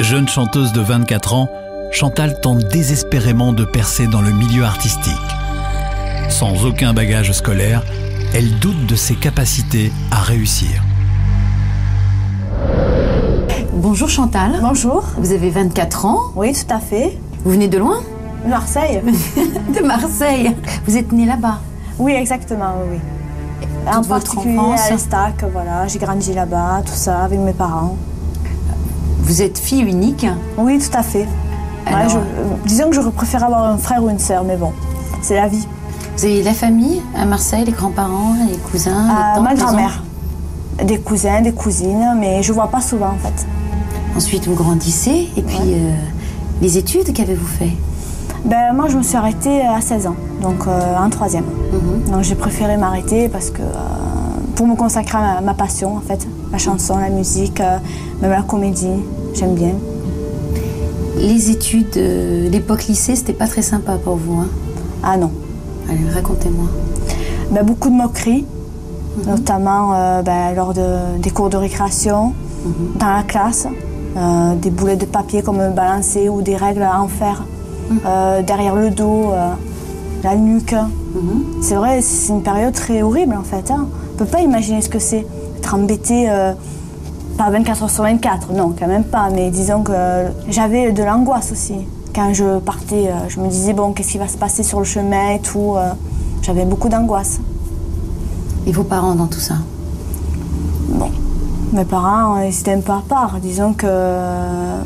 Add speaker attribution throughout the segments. Speaker 1: Jeune chanteuse de 24 ans, Chantal tente désespérément de percer dans le milieu artistique. Sans aucun bagage scolaire, elle doute de ses capacités à réussir.
Speaker 2: Bonjour Chantal,
Speaker 3: Bonjour.
Speaker 2: vous avez 24 ans,
Speaker 3: Oui, tout à fait.
Speaker 2: vous venez de loin
Speaker 3: Marseille
Speaker 2: De Marseille Vous êtes née là-bas
Speaker 3: Oui, exactement, oui. oui. En
Speaker 2: votre
Speaker 3: particulier
Speaker 2: enfance
Speaker 3: à Estac, voilà. J'ai grandi là-bas, tout ça, avec mes parents.
Speaker 2: Vous êtes fille unique
Speaker 3: Oui, tout à fait. Voilà,
Speaker 2: Alors,
Speaker 3: je- euh, disons que j'aurais préféré avoir un frère ou une sœur, mais bon, c'est la vie.
Speaker 2: Vous avez la famille à Marseille, les grands-parents, les cousins, les
Speaker 3: Euh,
Speaker 2: tantes,
Speaker 3: ma
Speaker 2: les
Speaker 3: grand-mère, des cousins, des cousines, mais je vois pas souvent en fait.
Speaker 2: oncles. Ensuite, vous grandissez et puis euh, les études qu'avez-vous fait
Speaker 3: Ben, moi, je me suis arrêtée à 16 ans, donc euh, en troisième.
Speaker 2: Mm-hmm.
Speaker 3: Donc j'ai préféré m'arrêter parce que euh, pour me consacrer à ma, ma passion en fait, la chanson, la musique, euh, même la comédie, j'aime bien.
Speaker 2: Les études, euh, l'époque lycée, c'était pas très sympa pour vous. hein
Speaker 3: Ah non.
Speaker 2: Allez, racontez-moi.
Speaker 3: Ben, beaucoup de moqueries, notamment euh, ben, lors de- des cours de récréation, dans la classe, euh, des boulettes de papier comme balancer ou des règles à en faire euh, derrière le dos, euh, la nuque. C'est vrai, c'est une période très horrible en fait. hein. On ne peut pas imaginer ce que c'est, être embêté. euh, pas 24 heures sur 24, non, quand même pas, mais disons que euh, j'avais de l'angoisse aussi. Quand je partais, euh, je me disais, bon, qu'est-ce qui va se passer sur le chemin et tout. euh, J'avais beaucoup d'angoisse.
Speaker 2: Et vos parents dans tout ça
Speaker 3: Mes parents, euh, ils étaient un peu à part. Disons que euh,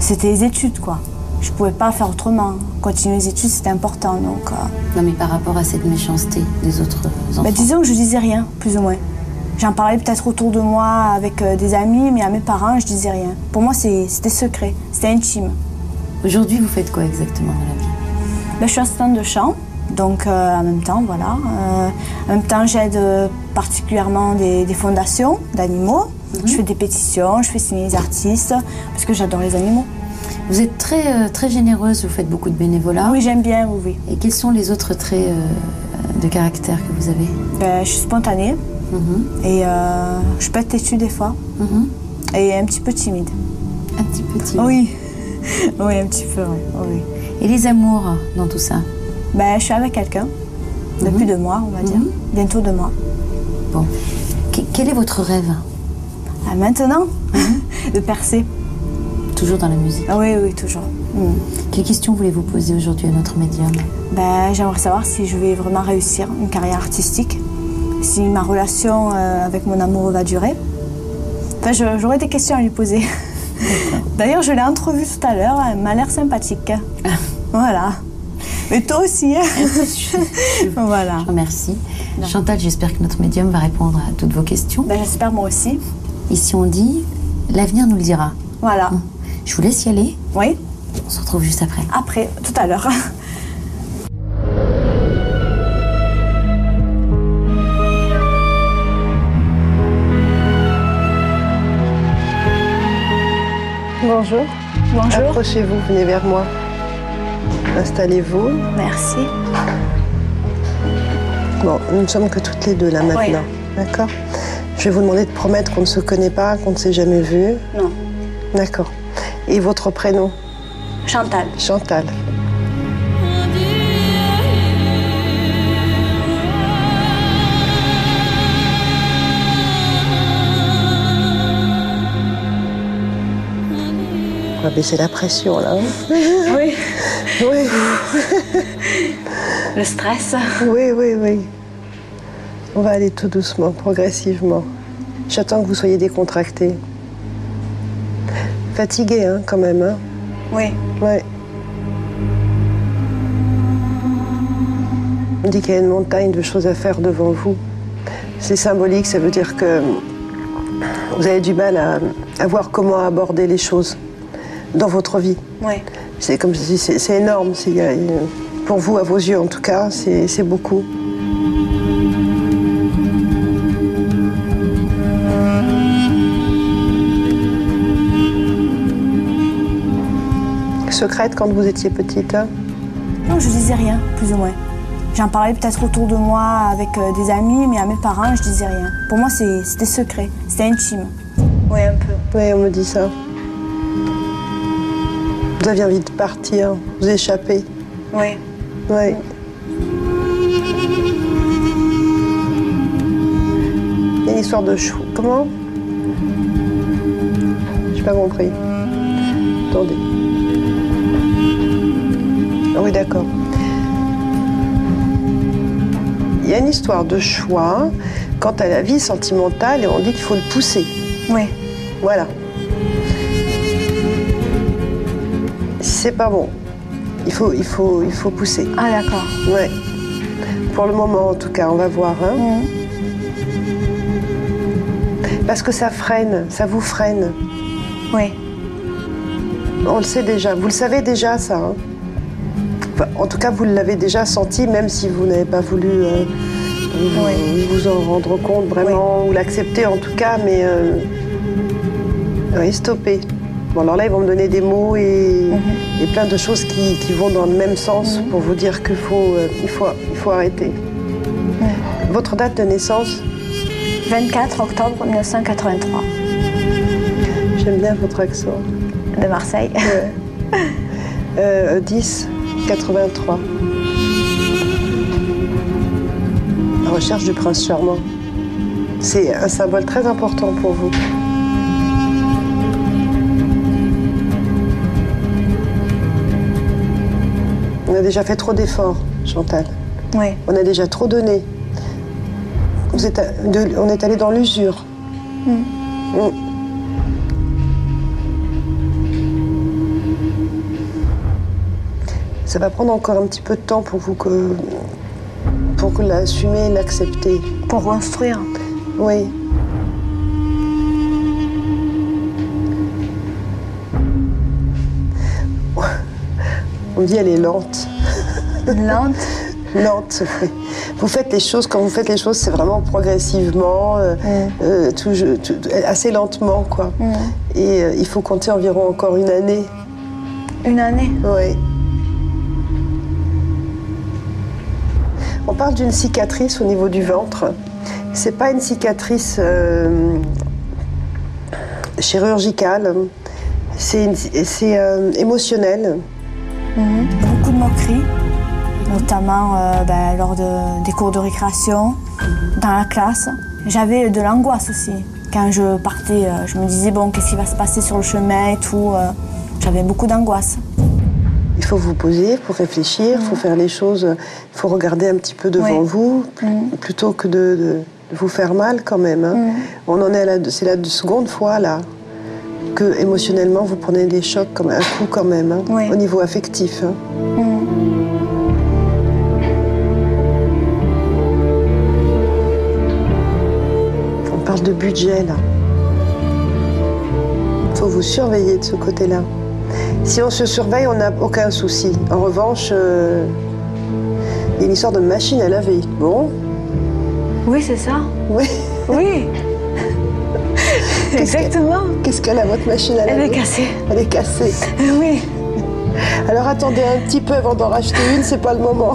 Speaker 3: c'était les études, quoi. Je pouvais pas faire autrement. Continuer les études, c'était important. Donc, euh,
Speaker 2: Non, mais par rapport à cette méchanceté des autres euh, enfants.
Speaker 3: bah, disons que je disais rien, plus ou moins. J'en parlais peut-être autour de moi avec euh, des amis, mais à mes parents, je disais rien. Pour moi, c'est- c'était secret, c'était intime.
Speaker 2: Aujourd'hui, vous faites quoi exactement dans la vie
Speaker 3: Ben, je suis assistante de chant, donc euh, en même temps, voilà. Euh, en même temps, j'aide euh, particulièrement des, des fondations d'animaux. Je fais des pétitions, je fais signer les artistes, parce que j'adore les animaux.
Speaker 2: Vous êtes très, euh, très généreuse, vous faites beaucoup de bénévolat.
Speaker 3: Ah oui, j'aime bien, oui, oui.
Speaker 2: Et quels sont les autres traits euh, de caractère que vous avez
Speaker 3: Ben, je suis spontanée
Speaker 2: Mhm.
Speaker 3: et euh, je peux être têtue des fois
Speaker 2: Mhm.
Speaker 3: et un petit peu timide.
Speaker 2: Un petit peu timide.
Speaker 3: Oui, oui, un petit peu, oui. oui.
Speaker 2: Et les amours dans tout ça
Speaker 3: Ben, je suis avec quelqu'un depuis deux mois, on va dire, bientôt deux mois.
Speaker 2: Bon. Que- quel est votre rêve
Speaker 3: Ah, maintenant, de percer.
Speaker 2: Toujours dans la musique.
Speaker 3: Ah Oui, oui, toujours. Mhm.
Speaker 2: Quelles questions voulez-vous poser aujourd'hui à notre médium
Speaker 3: Ben, J'aimerais savoir si je vais vraiment réussir une carrière artistique, si ma relation euh, avec mon amoureux va durer. Enfin, je- J'aurais des questions à lui poser. D'ailleurs, je l'ai entrevue tout à l'heure, elle m'a l'air sympathique. voilà. Mais toi aussi. hein. voilà.
Speaker 2: Oh, Merci. Chantal, j'espère que notre médium va répondre à toutes vos questions.
Speaker 3: Ben, J'espère moi aussi.
Speaker 2: Ici, on dit l'avenir nous le dira.
Speaker 3: Voilà.
Speaker 2: Mm. Je vous laisse y aller.
Speaker 3: Oui,
Speaker 2: On se retrouve juste après.
Speaker 3: après, tout à l'heure.
Speaker 4: Bonjour.
Speaker 3: Bonjour.
Speaker 4: Approchez-vous, venez vers moi. Installez-vous.
Speaker 3: Merci.
Speaker 4: Bon, nous ne sommes que toutes les deux là maintenant. D'accord Je vais vous demander de promettre qu'on ne se connaît pas, qu'on ne s'est jamais vu.
Speaker 3: Non.
Speaker 4: D'accord. Et votre prénom
Speaker 3: Chantal.
Speaker 4: Chantal. On va baisser la pression là. hein
Speaker 3: Oui,
Speaker 4: Oui.
Speaker 3: le stress.
Speaker 4: Oui, oui, oui. On va aller tout doucement, progressivement. J'attends que vous soyez décontracté. Fatigué, hein, quand même. Hein
Speaker 3: Oui.
Speaker 4: ouais. On dit qu'il y a une montagne de choses à faire devant vous. C'est symbolique, ça veut dire que vous avez du mal à, à voir comment aborder les choses dans votre vie.
Speaker 3: Oui.
Speaker 4: C'est comme je dis, c'est c'est énorme. c'est- il y a une- pour vous, à vos yeux en tout cas, c'est c'est beaucoup. Secrète quand vous étiez petite hein
Speaker 3: Non, je disais rien, plus ou moins. J'en parlais peut-être autour de moi avec euh, des amis, mais à mes parents, je disais rien. Pour moi, c'est- c'était secret, c'était intime.
Speaker 4: Oui, un peu. Oui, on me dit ça. Vous aviez envie de partir, vous échapper.
Speaker 3: Oui.
Speaker 4: Oui. Il y a une histoire de chou. Comment J'ai pas compris. Attendez. Ah oui, d'accord. Il y a une histoire de choix quant à la vie sentimentale et on dit qu'il faut le pousser.
Speaker 3: Oui.
Speaker 4: Voilà. C'est pas bon. Il faut, il faut, il faut pousser.
Speaker 3: Ah, d'accord.
Speaker 4: Ouais. Pour le moment, en tout cas, on va voir. hein.
Speaker 3: Mhm.
Speaker 4: Parce que ça freine, ça vous freine.
Speaker 3: Oui.
Speaker 4: On le sait déjà. Vous le savez déjà, ça. hein. Enfin, en tout cas, vous l'avez déjà senti, même si vous n'avez pas voulu euh, vous,
Speaker 3: Oui.
Speaker 4: vous en rendre compte vraiment, ou l'accepter en tout cas, mais. euh, Oui, stopper. Bon, alors là, ils vont me donner des mots et, et plein de choses qui, qui vont dans le même sens pour vous dire qu'il faut, euh, il faut, il faut arrêter. Votre date de naissance,
Speaker 3: 24 octobre 1983,
Speaker 4: j'aime bien votre accent.
Speaker 3: de Marseille.
Speaker 4: Euh, 10 83. La recherche du prince charmant. C'est un symbole très important pour vous. On a déjà fait trop d'efforts, Chantal.
Speaker 3: Oui.
Speaker 4: On a déjà trop donné. Vous êtes à- de- on est allé dans l'usure. Mm. Ça va prendre encore un petit peu de temps pour vous que pour que l'assumer, l'accepter.
Speaker 3: Pour construire.
Speaker 4: Oui. On me dit elle est lente.
Speaker 3: Lente.
Speaker 4: Lente, oui. Vous faites les choses, quand vous faites les choses, c'est vraiment progressivement, euh, euh, tout je- tout- assez lentement, quoi.
Speaker 3: Mm.
Speaker 4: Et euh, il faut compter environ encore une année.
Speaker 3: Une année.
Speaker 4: Oui. On parle d'une cicatrice au niveau du ventre. C'est pas une cicatrice euh, chirurgicale, c'est une- c'est, euh, émotionnel.
Speaker 3: Mhm. Beaucoup de moqueries, notamment euh, ben, lors de- des cours de récréation, dans la classe. J'avais de l'angoisse aussi. Quand je partais, euh, je me disais, bon, qu'est-ce qui va se passer sur le chemin et tout. euh, J'avais beaucoup d'angoisse.
Speaker 4: Il faut vous poser, il faut réfléchir, il faut faire les choses, il faut regarder un petit peu devant
Speaker 3: Oui.
Speaker 4: vous, plutôt que de, de- de vous faire mal quand même. hein. On en est à la, c'est la seconde fois là que émotionnellement vous prenez des chocs comme un coup quand même, hein,
Speaker 3: Oui.
Speaker 4: au niveau affectif. hein. On parle de budget là. Il faut vous surveiller de ce côté-là. Si on se surveille, on n'a aucun souci. En revanche, euh, il y a une histoire de machine à laver. Bon,
Speaker 3: Oui, c'est ça.
Speaker 4: oui.
Speaker 3: Oui.
Speaker 4: Qu'est-ce que- Qu'est-ce qu'elle a, votre machine à laver
Speaker 3: cassée.
Speaker 4: Elle est cassée.
Speaker 3: Oui.
Speaker 4: Alors attendez un petit peu avant d'en racheter une, c'est pas le moment.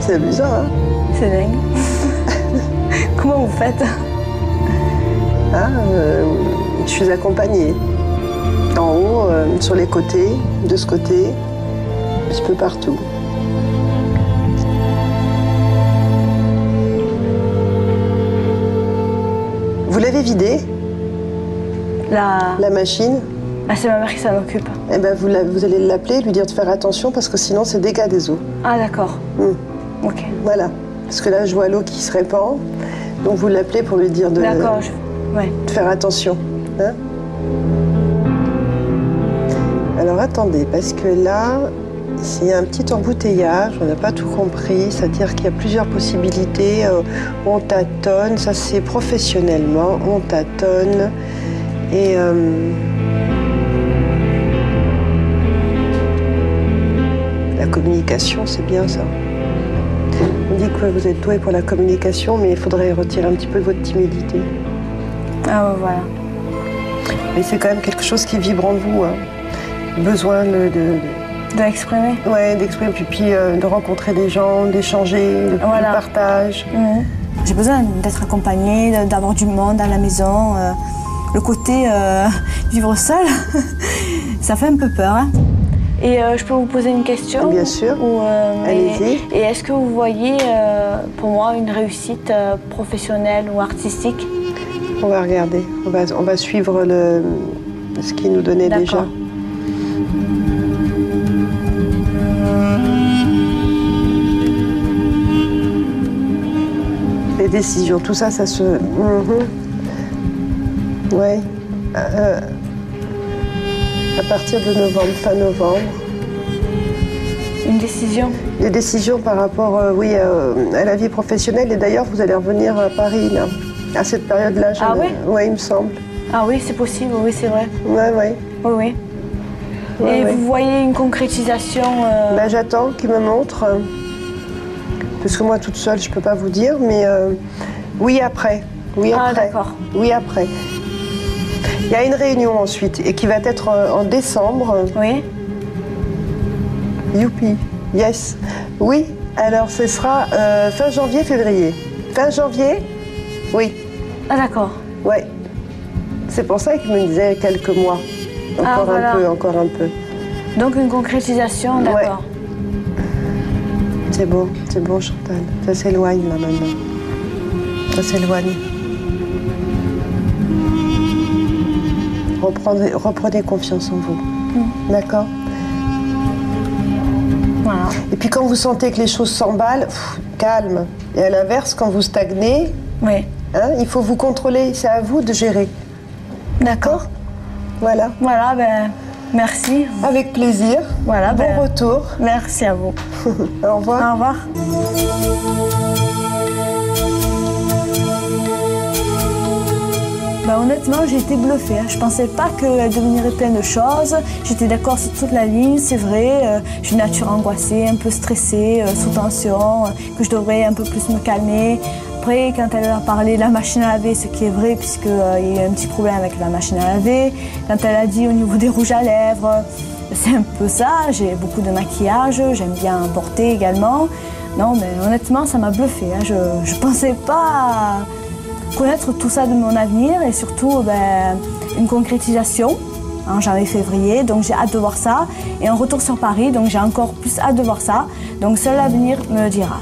Speaker 4: C'est amusant, hein
Speaker 3: C'est dingue. Comment vous faites
Speaker 4: Ah, euh, je suis accompagnée. En haut, euh, sur les côtés, de ce côté, un petit peu partout. Vous l'avez vidée,
Speaker 3: Là,
Speaker 4: la machine
Speaker 5: bah,
Speaker 3: c'est ma mère qui s'en occupe.
Speaker 4: Eh ben, vous, la- vous allez l'appeler, lui dire de faire attention parce que sinon c'est dégâts des eaux.
Speaker 3: Ah, d'accord. Ok.
Speaker 4: Voilà. Parce que là, je vois l'eau qui se répand. Donc vous l'appelez pour lui dire de,
Speaker 3: D'accord. je- Ouais.
Speaker 4: de faire attention. hein. Alors attendez, parce que là, s'il y a un petit embouteillage, on n'a pas tout compris, c'est-à-dire qu'il y a plusieurs possibilités. euh, on tâtonne, ça c'est professionnellement, on tâtonne. Et. euh, La communication, c'est bien ça. On dit que vous êtes doué pour la communication, mais il faudrait retirer un petit peu de votre timidité.
Speaker 3: Ah, ouais, voilà.
Speaker 4: Mais c'est quand même quelque chose qui vibre en vous. hein. Besoin de, de-
Speaker 3: de l'exprimer.
Speaker 4: de- ouais, d'exprimer, puis, puis, euh, de rencontrer des gens, d'échanger, le,
Speaker 3: Voilà.
Speaker 4: le partage.
Speaker 3: Mhm. J'ai besoin d'être accompagnée, de- d'avoir du monde à la maison. euh, le côté euh, vivre seul, ça fait un peu peur. hein.
Speaker 5: Et euh, je peux vous poser une question
Speaker 4: Bien sûr.
Speaker 5: ou, euh,
Speaker 4: Allez-y.
Speaker 5: Et, et est-ce que vous voyez euh, pour moi une réussite euh, professionnelle ou artistique
Speaker 4: On va regarder, on va, on va suivre le, ce qu'il nous donnait déjà.
Speaker 5: D'accord.
Speaker 4: Les décisions, tout ça, ça se. Mhm. Ouais. Euh, à partir de novembre, fin novembre.
Speaker 5: Une décision
Speaker 4: Les décisions par rapport, euh, oui, euh, à la vie professionnelle. Et d'ailleurs, vous allez revenir à Paris, là, à cette période-là. je-
Speaker 5: Ah ouais
Speaker 4: Ouais, il me semble.
Speaker 5: Ah oui, c'est possible, oui, c'est vrai.
Speaker 4: Ouais, ouais.
Speaker 5: Oui, oui.
Speaker 4: Ouais,
Speaker 5: et
Speaker 4: ouais.
Speaker 5: vous voyez une concrétisation euh,
Speaker 4: Bah, j'attends qu'il me montre. euh, Parce que moi, toute seule, je peux pas vous dire, mais euh, oui, après. Oui,
Speaker 5: Ah,
Speaker 4: après.
Speaker 5: d'accord.
Speaker 4: Oui, après. Il y a une réunion ensuite, et qui va être euh, en décembre.
Speaker 5: Oui,
Speaker 4: Youpi. Yes. Oui, alors ce sera euh, fin janvier, février. Fin janvier Oui.
Speaker 5: ah d'accord.
Speaker 4: Ouais. C'est pour ça qu'il me disait quelques mois. Encore
Speaker 5: Ah, voilà.
Speaker 4: un peu, encore un peu.
Speaker 5: Donc une concrétisation,
Speaker 4: Ouais.
Speaker 5: d'accord.
Speaker 4: C'est beau, c'est beau, Chantal. Ça s'éloigne, là, maintenant. Ça s'éloigne. Reprenez, reprenez confiance en vous.
Speaker 5: Mm.
Speaker 4: D'accord
Speaker 5: Voilà.
Speaker 4: Et puis quand vous sentez que les choses s'emballent, pff, calme. Et à l'inverse, quand vous stagnez,
Speaker 5: Oui,
Speaker 4: hein, il faut vous contrôler. C'est à vous de gérer.
Speaker 5: d'accord.
Speaker 4: Voilà.
Speaker 5: Voilà, ben merci.
Speaker 4: Avec plaisir.
Speaker 5: Voilà,
Speaker 4: Bon
Speaker 5: ben,
Speaker 4: retour.
Speaker 5: merci à vous.
Speaker 4: Au revoir.
Speaker 5: Au revoir.
Speaker 3: Bah, honnêtement, j'ai été bluffée. hein. Je pensais pas qu'elle devenirait plein de choses. J'étais d'accord sur toute la ligne, c'est vrai. euh, je suis une nature angoissée, un peu stressée, euh, sous tension, euh, que je devrais un peu plus me calmer. Après, quand elle a parlé de la machine à laver, ce qui est vrai, puisqu'il il y a eu un petit problème avec la machine à laver, quand elle a dit au niveau des rouges à lèvres, euh, c'est un peu ça. J'ai beaucoup de maquillage, j'aime bien en porter également. Non, mais honnêtement, ça m'a bluffée. hein. Je, je pensais pas connaître tout ça de mon avenir et surtout ben, une concrétisation hein, en janvier-février. Donc j'ai hâte de voir ça. Et un retour sur Paris, donc j'ai encore plus hâte de voir ça. Donc seul l'avenir me le dira.